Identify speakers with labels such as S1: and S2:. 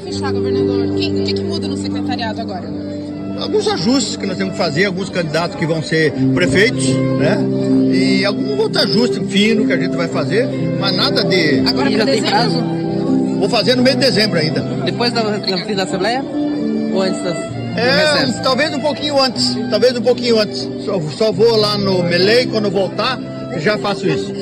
S1: fechar, governador? Quem- O que, que muda no secretariado agora?
S2: alguns ajustes que nós temos que fazer, alguns candidatos que vão ser prefeitos, né? E algum outro ajuste fino que a gente vai fazer, mas nada de.
S1: Agora
S3: E
S1: pra
S3: já tem
S1: dezembro?
S3: prazo?
S2: Vou fazer no mês de dezembro ainda.
S3: Depois da, da, da Assembleia? Ou antes das, do
S2: É,
S3: recesso?
S2: um- talvez um pouquinho antes, talvez um pouquinho antes. Só, só vou lá no Melei, quando voltar, já faço isso.